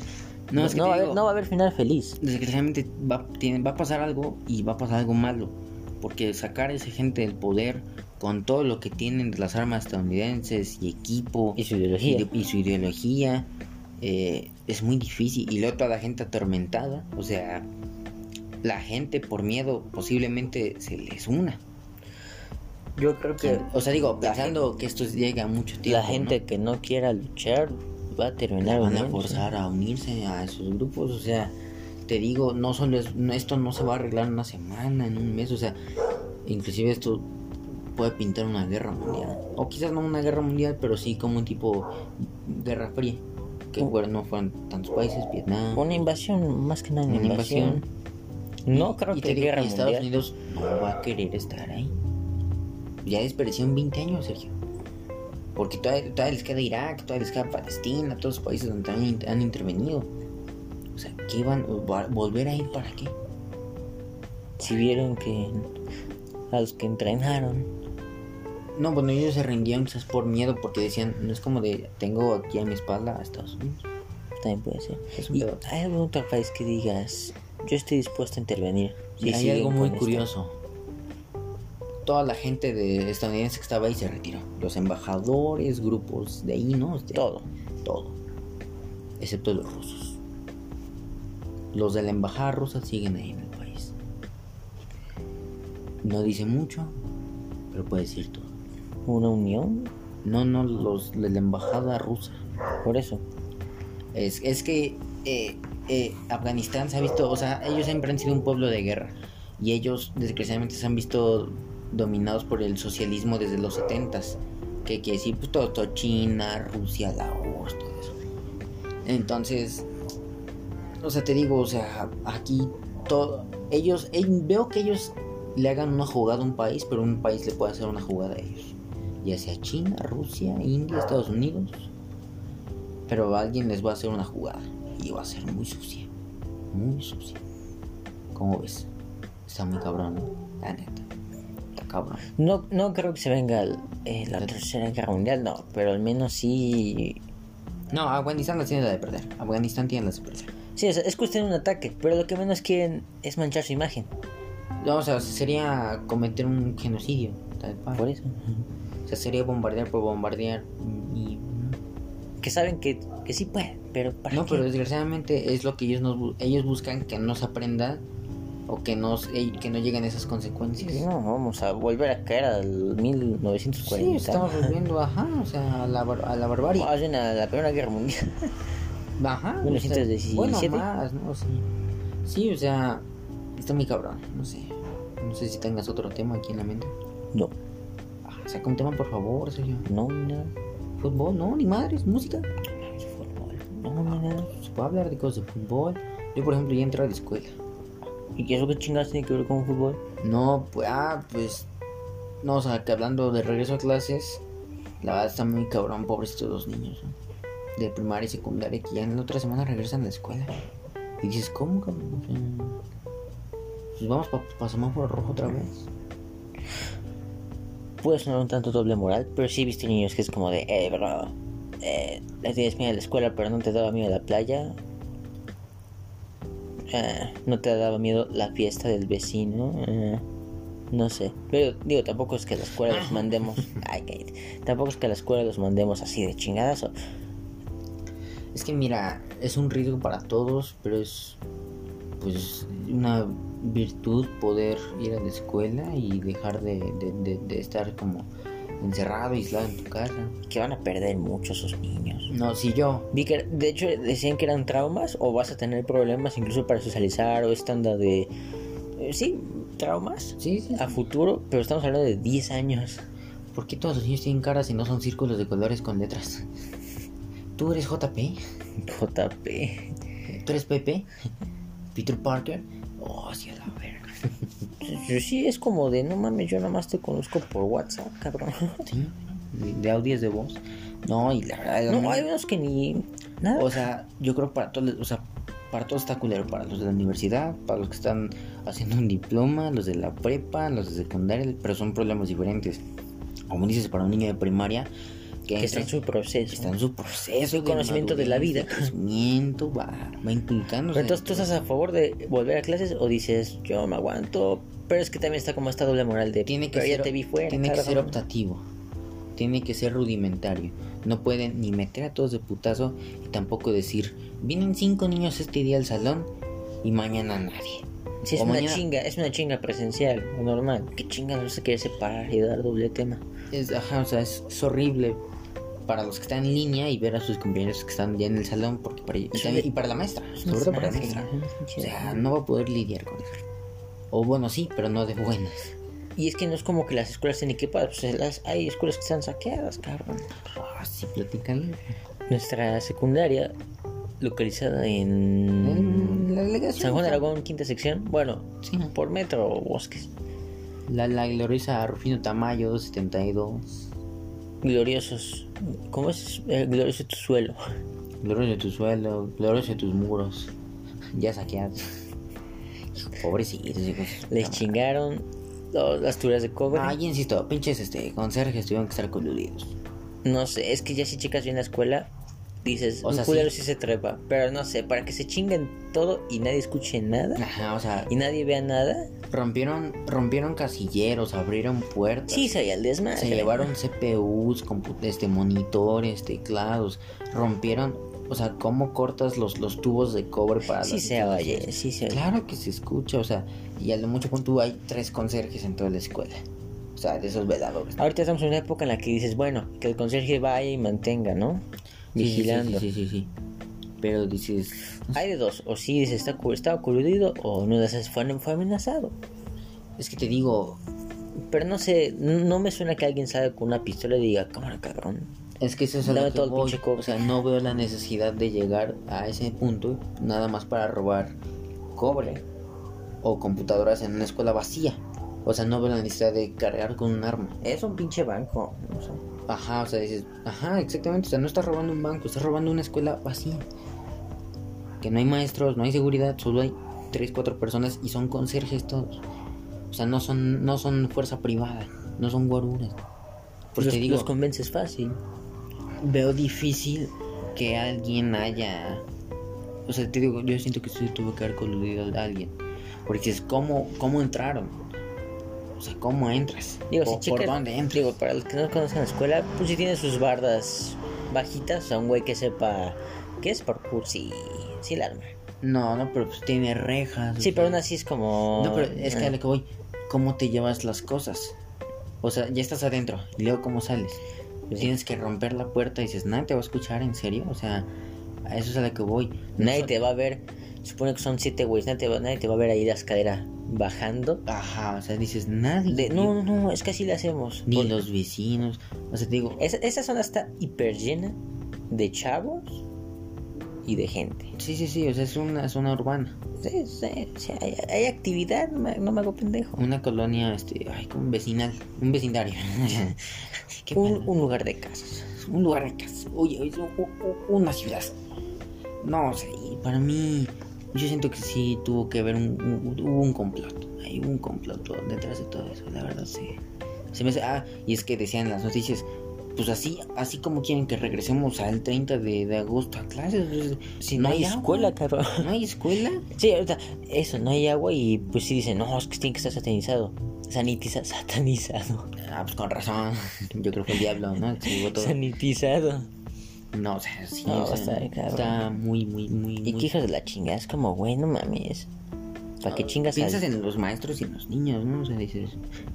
Speaker 1: No, es que
Speaker 2: no,
Speaker 1: te
Speaker 2: va, a haber,
Speaker 1: digo-
Speaker 2: no va a haber final feliz.
Speaker 1: desgraciadamente va, tiene- va a pasar algo y va a pasar algo malo. Porque sacar a esa gente del poder, con todo lo que tienen de las armas estadounidenses y equipo
Speaker 2: Y su ideología.
Speaker 1: y de- y su ideología, eh, es muy difícil. Y luego toda la gente atormentada, o sea, la gente por miedo posiblemente se les una.
Speaker 2: Yo creo que
Speaker 1: O sea, digo, pensando que esto llega a mucho tiempo.
Speaker 2: la gente que no quiera luchar va a
Speaker 1: ¿no?
Speaker 2: terminar
Speaker 1: La van a
Speaker 2: uniéndose.
Speaker 1: forzar a unirse a esos grupos, o sea, te digo, no solo es- no, esto no se va a arreglar en una semana, en un mes, o sea, inclusive esto puede pintar una guerra mundial, o quizás no una guerra mundial, pero sí como un tipo guerra fría, que
Speaker 2: Un-
Speaker 1: fueron- no fueron tantos países, Vietnam,
Speaker 2: Una invasión, más que nada una
Speaker 1: Una
Speaker 2: invasión. No creo
Speaker 1: y
Speaker 2: que
Speaker 1: te digo,
Speaker 2: guerra
Speaker 1: y Estados
Speaker 2: mundial.
Speaker 1: Unidos no va a querer estar ahí. Ya desperecieron 20 años, Sergio. Porque todavía, todavía les queda Irak, todavía les queda Palestina, todos los países donde han, han intervenido. O sea, ¿qué van va- volver a ir para qué?
Speaker 2: Si vieron que a los que entrenaron,
Speaker 1: No, bueno, ellos se rendían quizás por miedo porque decían, no es como de, tengo aquí a mi espalda a Estados Unidos.
Speaker 2: también puede ser.
Speaker 1: Es un
Speaker 2: ¿Y
Speaker 1: pedo.
Speaker 2: ¿Hay algún otro país que digas, yo estoy dispuesto a intervenir? si
Speaker 1: Y hay
Speaker 2: siguen
Speaker 1: algo muy
Speaker 2: con esto"?
Speaker 1: curioso. Toda la gente de estadounidense que estaba ahí se retiró. Los embajadores, grupos de ahí, ¿no? De-
Speaker 2: Todo.
Speaker 1: todo, excepto los rusos. Los de la embajada rusa siguen ahí en el país. No dice mucho, pero puede decir todo.
Speaker 2: Una unión,
Speaker 1: No, no, los de la embajada rusa.
Speaker 2: por eso.
Speaker 1: Es, es que eh, eh, Afganistán se ha visto, o sea, ellos siempre han sido un pueblo de guerra. Y ellos, desgraciadamente, se han visto dominados por el socialismo desde los 70 Que quiere decir, pues todo, todo China, Rusia, Laos, todo eso. Entonces, o sea, te digo, o sea, aquí todo. Ellos, eh, veo que ellos le hagan una jugada a un país, pero un país le puede hacer una jugada a ellos. Ya sea China, Rusia, India, Estados Unidos. Pero alguien les va a hacer una jugada. Y va a ser muy sucia. Muy sucia. ¿Cómo ves? Está muy cabrón, ¿no? La neta. Está cabrón.
Speaker 2: No, no creo que se venga el- eh, la tercera guerra mundial, no, pero al menos sí.
Speaker 1: No, Afganistán las tiene la de perder. Afganistán tiene las de perder.
Speaker 2: Sí, o sea, es cuestión de un ataque, pero lo que menos quieren es manchar su imagen.
Speaker 1: No, o sea, sería cometer un genocidio. Tal cual.
Speaker 2: Por eso.
Speaker 1: O sea, sería bombardear por bombardear. Y...
Speaker 2: Que saben que, que sí pueden, pero para
Speaker 1: No,
Speaker 2: qué?
Speaker 1: pero desgraciadamente es lo que ellos nos bu- ellos buscan que no se aprenda o que no, se- que no lleguen esas consecuencias.
Speaker 2: Sí, No, vamos a volver a caer al 1940.
Speaker 1: Sí, estamos volviendo, ajá, o sea, a la, bar- a la barbarie.
Speaker 2: Más bien a la Primera Guerra Mundial.
Speaker 1: Ajá. o sea,
Speaker 2: 1917.
Speaker 1: Bueno, más, ¿no? Sí. Sí, o sea, está muy cabrón, no sé. No sé si tengas otro tema aquí en la mente.
Speaker 2: No,
Speaker 1: Ah, saca un tema, por favor, Sergio.
Speaker 2: no, no.
Speaker 1: Fútbol, no, ni madres, música.
Speaker 2: Fútbol. No, no, no.
Speaker 1: Se puede hablar de cosas de fútbol. Yo, por ejemplo, ya entré a la escuela.
Speaker 2: ¿Y qué es lo que chingados tiene que ver con fútbol?
Speaker 1: No, pues, ah, pues. No, o sea, que hablando de regreso a clases, la verdad está muy cabrón, pobres estos dos niños, ¿no? De primaria y secundaria, que ya en la otra semana regresan a la escuela. Y dices, ¿cómo, cabrón? O sea, pues vamos para semáforo rojo otra vez.
Speaker 2: Puede sonar un tanto doble moral, pero sí he visto niños que es como de, eh, bro, eh, le tienes miedo a la escuela, pero no te daba miedo a la playa. Eh, no te daba miedo la fiesta del vecino. Eh, no sé. Pero digo, tampoco es que a la escuela los mandemos. Ay, cállate. Tampoco es que a la escuela los mandemos así de chingadazo.
Speaker 1: Es que mira, es un riesgo para todos, pero es pues una virtud poder ir a la escuela y dejar de, de- de- de estar como encerrado, aislado en tu casa.
Speaker 2: Que van a perder mucho esos niños.
Speaker 1: No, si yo,
Speaker 2: Vi que, de hecho, decían que eran traumas o vas a tener problemas incluso para socializar o esta onda de... eh, sí, traumas
Speaker 1: sí, sí,
Speaker 2: a futuro, pero estamos hablando de 10 años.
Speaker 1: ¿Por qué todos los niños tienen caras y no son círculos de colores con letras? ¿Tú eres JP?
Speaker 2: JP.
Speaker 1: ¿Tú eres Pepe? ¿Peter Parker? Oh, sí, a la verga.
Speaker 2: Yo sí es como de, no mames, yo nada más te conozco por WhatsApp, cabrón.
Speaker 1: Sí, de audios de voz. No, y la verdad,
Speaker 2: No,
Speaker 1: no.
Speaker 2: hay unos que ni... Nada.
Speaker 1: o sea, yo creo para todos, o sea, para todos está culero, para los de la universidad, para los que están haciendo un diploma, los de la prepa, los de secundaria, pero son problemas diferentes. Como dices, para un niño de primaria, que
Speaker 2: que está en
Speaker 1: entra-
Speaker 2: su proceso.
Speaker 1: está en su proceso
Speaker 2: Su conocimiento de la
Speaker 1: madurez,
Speaker 2: vida.
Speaker 1: Conocimiento va, va inculcándose.
Speaker 2: Pero Entonces, ¿tú estás a favor de volver a clases o dices, yo me aguanto? Pero es que también está como esta doble moral de,
Speaker 1: tiene que
Speaker 2: pero
Speaker 1: ser,
Speaker 2: ya te vi fuera.
Speaker 1: tiene que
Speaker 2: carajo".
Speaker 1: ser optativo. Tiene que ser rudimentario. No pueden ni meter a todos de putazo y tampoco decir, vienen cinco niños este día al salón y mañana nadie.
Speaker 2: Sí, es
Speaker 1: o
Speaker 2: una
Speaker 1: mañana-
Speaker 2: chinga, es una chinga presencial, o normal. ¿Qué chinga no se quiere separar y dar doble tema?
Speaker 1: Es, ajá, o sea, es, es horrible para los que están en línea y ver a sus compañeros que están ya en el salón porque para, y,
Speaker 2: Sí.
Speaker 1: también- y para la maestra, sobre todo para la maestra. O sea, no va a poder lidiar con eso. O bueno, sí, pero no de buenas.
Speaker 2: Y es que no es como que las escuelas tienen que pagar, pues las, hay escuelas que están saqueadas, cabrón.
Speaker 1: Ah, sí, platican.
Speaker 2: Nuestra secundaria, localizada en
Speaker 1: En Mm, la delegación.
Speaker 2: San Juan de Aragón, quinta sección, bueno,
Speaker 1: Sí.
Speaker 2: por metro o bosques.
Speaker 1: La, la gloriosa Rufino Tamayo 72.
Speaker 2: Gloriosos, ¿cómo es eh, glorioso tu suelo?
Speaker 1: Glorioso de tu suelo, glorioso de tus muros. Ya saqueados. Hijo, Pobrecitos, hijos.
Speaker 2: Les chingaron lo- las tuberías de cobre.
Speaker 1: Ah, y insisto, pinches este, conserjes tuvieron que estar coludidos.
Speaker 2: No sé, es que ya si checas bien la escuela, dices,
Speaker 1: O
Speaker 2: un
Speaker 1: sea,
Speaker 2: culero
Speaker 1: sí.
Speaker 2: sí se trepa. Pero no sé, para que se chinguen todo y nadie escuche nada
Speaker 1: Ajá, o sea,
Speaker 2: y nadie vea nada,
Speaker 1: rompieron, rompieron casilleros, abrieron puertas.
Speaker 2: sí se oía el desmadre.
Speaker 1: Se llevaron CPUs, compu- este, monitores, teclados, rompieron, o sea, cómo cortas los, los tubos de cobre para
Speaker 2: Sí
Speaker 1: las
Speaker 2: se oye,
Speaker 1: instalaciones?
Speaker 2: sí se oye.
Speaker 1: pues. Claro que se escucha, o sea, y a lo mucho punto hay tres conserjes en toda la escuela. O sea, de esos veladores.
Speaker 2: Ahorita estamos en una época en la que dices, bueno, que el conserje vaya y mantenga, ¿no?
Speaker 1: Sí, sí, sí,
Speaker 2: Vigilando.
Speaker 1: Sí, sí, sí, sí. Pero dices,
Speaker 2: Hay de dos, o sí dices, está, cu- estaba coludido o no, dices, fue, fue amenazado.
Speaker 1: es que te digo,
Speaker 2: Pero no sé, n- no me suena que alguien salga con una pistola y diga, cámara cabrón.
Speaker 1: es que eso es a
Speaker 2: Dame
Speaker 1: lo que
Speaker 2: todo el
Speaker 1: voy.
Speaker 2: pinche cobre.
Speaker 1: O sea, no veo la necesidad de llegar a ese punto nada más para robar cobre o computadoras en una escuela vacía. O sea, no veo la necesidad de cargar con un arma.
Speaker 2: Es un pinche banco, no sé.
Speaker 1: Ajá, o sea, dices, ajá, exactamente, o sea, no estás robando un banco, estás robando una escuela vacía. Que no hay maestros, no hay seguridad, solo hay 3, 4 personas y son conserjes todos. O sea, no son no son fuerza privada, no son guaruras. Pues
Speaker 2: los,
Speaker 1: te digo,
Speaker 2: los convences fácil.
Speaker 1: veo difícil que alguien haya o sea, te digo, yo siento que sí tuvo que haber coludido a alguien. Porque es cómo cómo entraron. O sea, cómo entras.
Speaker 2: Digo,
Speaker 1: ¿Por,
Speaker 2: si
Speaker 1: por
Speaker 2: checas-
Speaker 1: dónde entras?
Speaker 2: Digo, para los que no conocen la escuela, pues si tiene sus bardas bajitas, o sea, un güey que sepa qué es parkour, sí, sí la arma.
Speaker 1: No, no, pero pues tiene rejas. o
Speaker 2: Sí,
Speaker 1: sea.
Speaker 2: pero aún así es como...
Speaker 1: No, eh. pero es que a
Speaker 2: Ah.
Speaker 1: lo que voy, ¿cómo te llevas las cosas? O sea, ya estás adentro, y luego cómo sales. Pues,
Speaker 2: pues Sí.
Speaker 1: Tienes que romper la puerta y dices, nadie te va a escuchar, ¿en serio? O sea, a eso es a lo que voy. No
Speaker 2: Nadie
Speaker 1: so-
Speaker 2: te va a ver, supone que son siete güeyes, nadie te va, nadie te va a ver ahí la escalera bajando.
Speaker 1: Ajá, o sea, dices, nadie.
Speaker 2: De, no, no, no, es que así le hacemos.
Speaker 1: Ni
Speaker 2: Por-
Speaker 1: los vecinos. O sea, te digo,
Speaker 2: Esa, esa zona está hiper llena de chavos y de gente.
Speaker 1: sí, sí, sí, o sea, es una zona urbana.
Speaker 2: Sí, sí, sí, hay, hay actividad, no me, no me hago pendejo.
Speaker 1: Una colonia, este, ay, como vecinal, un vecindario. Qué
Speaker 2: Un,
Speaker 1: mal.
Speaker 2: un lugar de casas.
Speaker 1: un lugar de casa. Oye, oye, u- u- una ciudad. No, sé, para mí, yo siento que sí tuvo que haber un, un- hubo un complot. Hay un complot detrás de todo eso, la verdad, sí. Se me hace- ah, y es que decían las noticias, pues así, así como quieren que regresemos al 30 de, de agosto a clases. pues, si
Speaker 2: No hay
Speaker 1: agua,
Speaker 2: escuela, cabrón.
Speaker 1: No hay escuela.
Speaker 2: Sí, ahorita, eso, no hay agua y pues sí dicen, no, es que tiene que estar satanizado. Sanitiza, satanizado.
Speaker 1: Ah, pues con razón. Yo creo que el diablo, ¿no? Activó todo.
Speaker 2: Sanitizado.
Speaker 1: No, o sea, sí,
Speaker 2: No,
Speaker 1: o sea,
Speaker 2: está bien, cabrón.
Speaker 1: está muy, muy, muy. muy
Speaker 2: Y que hijos de la chingada, es como, güey, no mames. ¿Para qué
Speaker 1: Ah,
Speaker 2: chingas
Speaker 1: Piensas
Speaker 2: al-
Speaker 1: en los maestros y en los niños, ¿no? O sea, dices.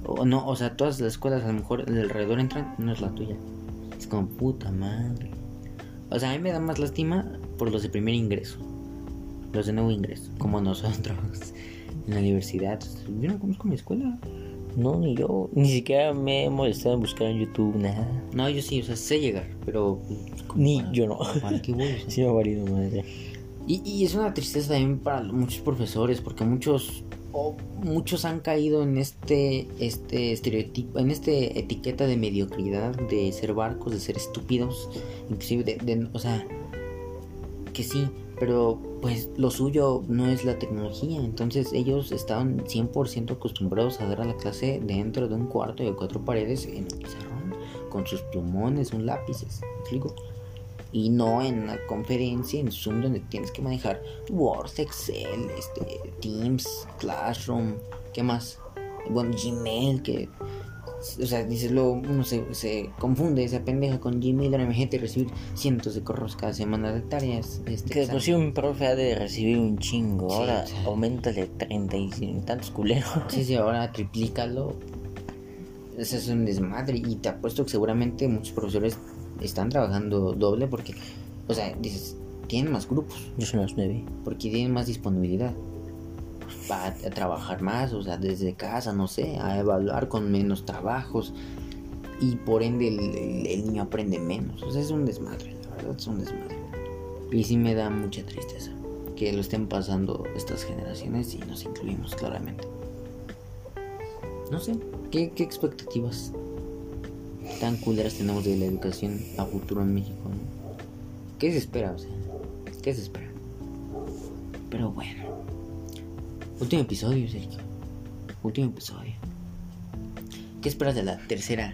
Speaker 1: O no, o sea, todas las escuelas a lo mejor de alrededor entran, no es la tuya. Es como puta madre. O sea, a mí me da más lástima por los de primer ingreso. Los de nuevo ingreso, como nosotros. En la universidad. Yo no conozco mi escuela.
Speaker 2: No, ni yo, ni siquiera me he molestado en buscar en YouTube nada.
Speaker 1: No, yo sí, o sea, sé llegar, pero. pues, como
Speaker 2: Ni
Speaker 1: para-
Speaker 2: yo no.
Speaker 1: ¿Para qué voy? O sea,
Speaker 2: Sí me ha valido madre.
Speaker 1: Y, y es una tristeza también para muchos profesores, porque muchos o muchos han caído en este este estereotipo, en este etiqueta de mediocridad, de ser barcos, de ser estúpidos, inclusive de, de- o sea, que sí, pero pues lo suyo no es la tecnología, entonces ellos estaban 100% acostumbrados a dar a la clase dentro de un cuarto y de cuatro paredes en el pizarrón con sus plumones, un lápices, ¿me explico? Y no en una conferencia en Zoom donde tienes que manejar Word, Excel, este, Teams, Classroom, ¿qué más? Bueno, Gmail, que. O sea, dices luego uno se, se confunde, se apendeja con Gmail, ahora imagínate recibir cientos de correos cada semana de tareas. Este,
Speaker 2: Que de por
Speaker 1: examen.
Speaker 2: sí un profe ha de recibir un chingo.
Speaker 1: Sí,
Speaker 2: Ahora
Speaker 1: o sea.
Speaker 2: aumentale 30 y tantos culeros.
Speaker 1: Sí, sí, ahora triplícalo. Ese es un desmadre. Y te apuesto que seguramente muchos profesores están trabajando doble porque, o sea, dices, tienen más grupos,
Speaker 2: Yo son las 9.
Speaker 1: porque tienen más disponibilidad. Va a, a trabajar más, o sea, desde casa, no sé, a evaluar con menos trabajos. Y por ende el, el- el niño aprende menos. O sea, es un desmadre, la verdad es un desmadre. Y sí me da mucha tristeza que lo estén pasando estas generaciones y nos incluimos claramente. No sé, ¿qué, qué expectativas tan culeras tenemos de la educación a futuro en México? no? ¿Qué se espera? O sea, ¿qué se espera? Pero bueno. Último episodio, Sergio. Último episodio. ¿Qué esperas de la tercera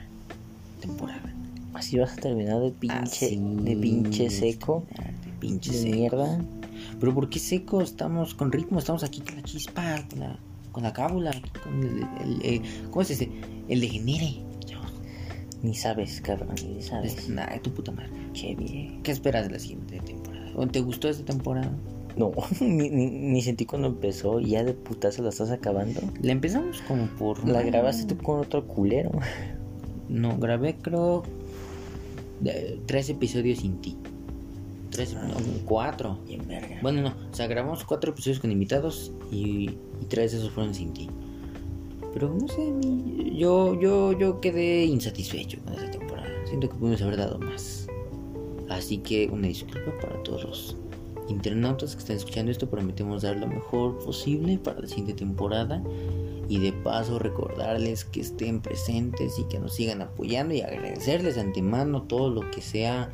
Speaker 1: temporada?
Speaker 2: Así vas a terminar de pinche,
Speaker 1: Así
Speaker 2: de pinche seco.
Speaker 1: Ah, De pinche
Speaker 2: De
Speaker 1: seco.
Speaker 2: mierda.
Speaker 1: Pero ¿por qué seco? Estamos con ritmo, estamos aquí con la chispa, con la, con la cábula, con el, el- el- ¿Cómo se dice? El degenere.
Speaker 2: Ni sabes, cabrón, ni sabes.
Speaker 1: Nah, de tu puta madre.
Speaker 2: Che, bien.
Speaker 1: ¿Qué esperas de la siguiente temporada? ¿O te gustó esta temporada?
Speaker 2: No, ni, ni, ni sentí cuando empezó. y Ya de putazo la estás acabando.
Speaker 1: La empezamos como por...
Speaker 2: La
Speaker 1: mayo.
Speaker 2: grabaste tú con otro culero.
Speaker 1: No, grabé creo de- tres episodios sin ti. Tres, no, cuatro.
Speaker 2: Bien, verga.
Speaker 1: Bueno, no, o sea, grabamos cuatro episodios con invitados y, y tres de esos fueron sin ti. Pero no sé, mi- yo, yo, yo quedé insatisfecho con esa temporada. Siento que pudimos haber dado más. Así que una disculpa para todos los internautas que están escuchando esto. Prometemos dar lo mejor posible para la siguiente temporada. Y de paso recordarles que estén presentes y que nos sigan apoyando y agradecerles de antemano todo lo que sea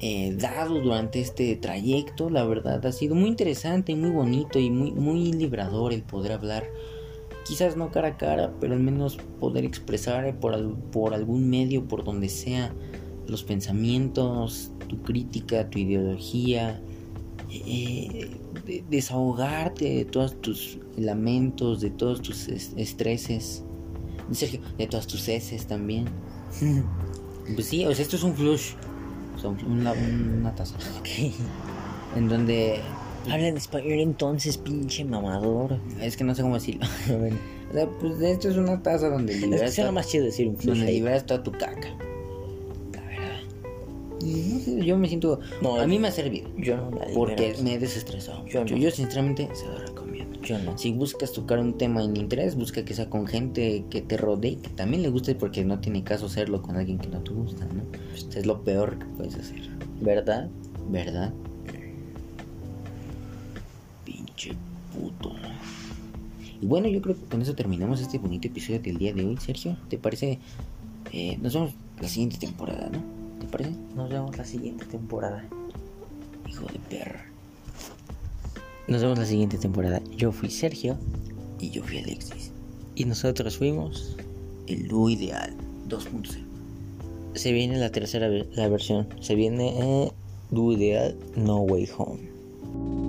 Speaker 1: eh, dado durante este trayecto. La verdad ha sido muy interesante y muy bonito y muy, muy librador el poder hablar. Quizás no cara a cara, pero al menos poder expresar por, al- por algún medio, por donde sea, los pensamientos, tu crítica, tu ideología, eh, de- desahogarte de todos tus lamentos, de todos tus es- estreses, Sergio, de todas tus heces también. Pues sí, o sea, esto es un flush. O sea, un- una, una taza. En donde.
Speaker 2: Habla en español entonces, pinche mamador.
Speaker 1: Es que no sé cómo decirlo.
Speaker 2: Bueno,
Speaker 1: O sea, pues esto es una taza donde
Speaker 2: es que
Speaker 1: liberas,
Speaker 2: suena
Speaker 1: toda,
Speaker 2: más chido decir un flush
Speaker 1: donde
Speaker 2: ahí.
Speaker 1: liberas toda tu caca. La verdad. Y no sé, yo me siento.
Speaker 2: No,
Speaker 1: a mí me ha servido.
Speaker 2: Yo no la libero.
Speaker 1: Porque me he desestresado.
Speaker 2: Yo
Speaker 1: Yo,
Speaker 2: no.
Speaker 1: yo sinceramente se lo recomiendo.
Speaker 2: Yo no.
Speaker 1: Si buscas tocar un tema en interés, busca que sea con gente que te rodee, que también le guste, porque no tiene caso hacerlo con alguien que no te gusta, ¿no? Pues es lo peor que puedes hacer.
Speaker 2: ¿Verdad?
Speaker 1: ¿Verdad? Pinche puto. Y bueno, yo creo que con eso terminamos este bonito episodio del día de hoy, Sergio. ¿Te parece? eh, nos vemos la siguiente temporada, ¿no? ¿Te parece?
Speaker 2: Nos vemos la siguiente temporada.
Speaker 1: Hijo de perra.
Speaker 2: Nos vemos la siguiente temporada. Yo fui Sergio
Speaker 1: Y yo fui Alexis.
Speaker 2: y nosotros fuimos.
Speaker 1: El dúo ideal 2.0.
Speaker 2: Se viene la tercera ve- la versión. Se viene eh, Dudeal No Way Home.